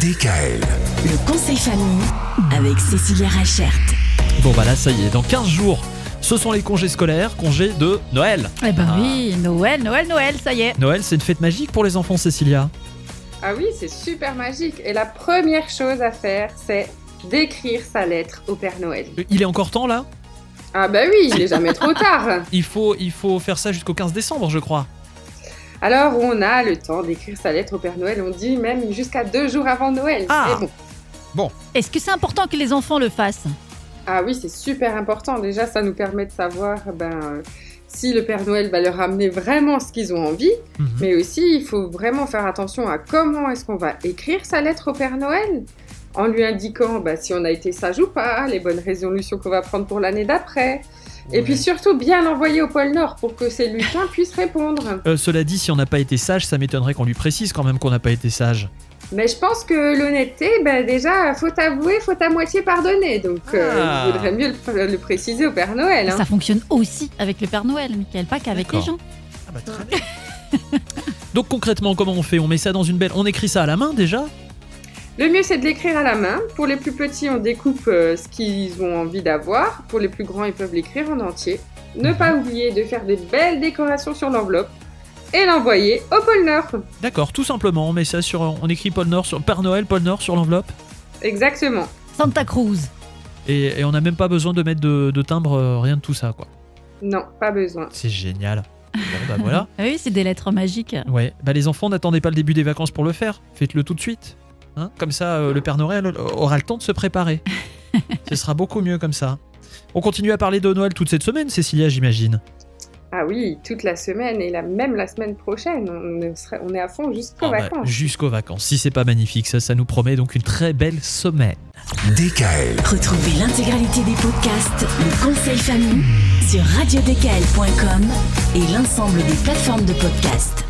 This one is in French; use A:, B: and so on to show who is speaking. A: DKL.
B: Le conseil famille avec Cécilia Rachert.
C: Bon bah là ça y est, dans 15 jours, ce sont les congés scolaires, congés de Noël.
D: Eh ben
C: Ah.
D: oui, Noël, Noël, Noël, ça y est.
C: Noël c'est une fête magique pour les enfants Cécilia.
E: Ah oui, c'est super magique. Et la première chose à faire, c'est d'écrire sa lettre au Père Noël.
C: Euh, Il est encore temps là
E: Ah bah oui, il est jamais trop tard.
C: il faut, il faut faire ça jusqu'au 15 décembre je crois.
E: Alors on a le temps d'écrire sa lettre au Père Noël. On dit même jusqu'à deux jours avant Noël.
C: Ah.
E: Mais bon.
D: Est-ce que c'est important que les enfants le fassent
E: Ah oui, c'est super important. Déjà, ça nous permet de savoir ben, euh, si le Père Noël va leur amener vraiment ce qu'ils ont envie.
C: Mhm.
E: Mais aussi, il faut vraiment faire attention à comment est-ce qu'on va écrire sa lettre au Père Noël, en lui indiquant bah, si on a été sage ou pas, les bonnes résolutions qu'on va prendre pour l'année d'après. Et puis surtout, bien l'envoyer au pôle Nord pour que ses lutins puissent répondre.
C: Euh, cela dit, si on n'a pas été sage, ça m'étonnerait qu'on lui précise quand même qu'on n'a pas été sage.
E: Mais je pense que l'honnêteté, bah, déjà, faut avouer, faut à moitié pardonner. Donc, euh,
C: Ah.
E: il vaudrait mieux le, le préciser au Père Noël. hein.
D: Ça fonctionne aussi avec le Père Noël, Michael, pas qu'avec les
C: D'accord.
D: gens.
C: Ah bah très bien. Donc concrètement, comment on fait On met ça dans une belle... On écrit ça à la main déjà
E: Le mieux, c'est de l'écrire à la main. Pour les plus petits, on découpe euh, ce qu'ils ont envie d'avoir. Pour les plus grands, ils peuvent l'écrire en entier.
C: Mhm.
E: Ne pas oublier de faire des belles décorations sur l'enveloppe et l'envoyer au pôle Nord.
C: D'accord, tout simplement, on met ça sur... On écrit Paul Nord sur... Père Noël, Paul Nord sur l'enveloppe.
E: Exactement.
D: Santa Cruz.
C: Et, et on n'a même pas besoin de mettre de, de timbre, euh, rien de tout ça, quoi.
E: Non, pas besoin.
C: C'est génial. Bon, bah voilà.
D: Ah oui, c'est des lettres magiques.
C: Ouais, bah les enfants, n'attendez pas le début des vacances pour le faire. Faites-le tout de suite. Hein comme ça, euh, le Père Noël aura le temps de se préparer. Ce sera beaucoup mieux comme ça. On continue à parler de Noël toute cette semaine, Cécilia, j'imagine.
E: Ah oui, toute la semaine et la, même la semaine prochaine, on, sera- on est à fond jusqu'aux
C: Ah bah,
E: vacances.
C: Jusqu'aux vacances. Si c'est pas magnifique, ça, ça nous promet donc une très belle semaine.
A: DKL.
B: Retrouvez l'intégralité des podcasts Le conseil famille sur radiodkl.com et l'ensemble des plateformes de podcasts.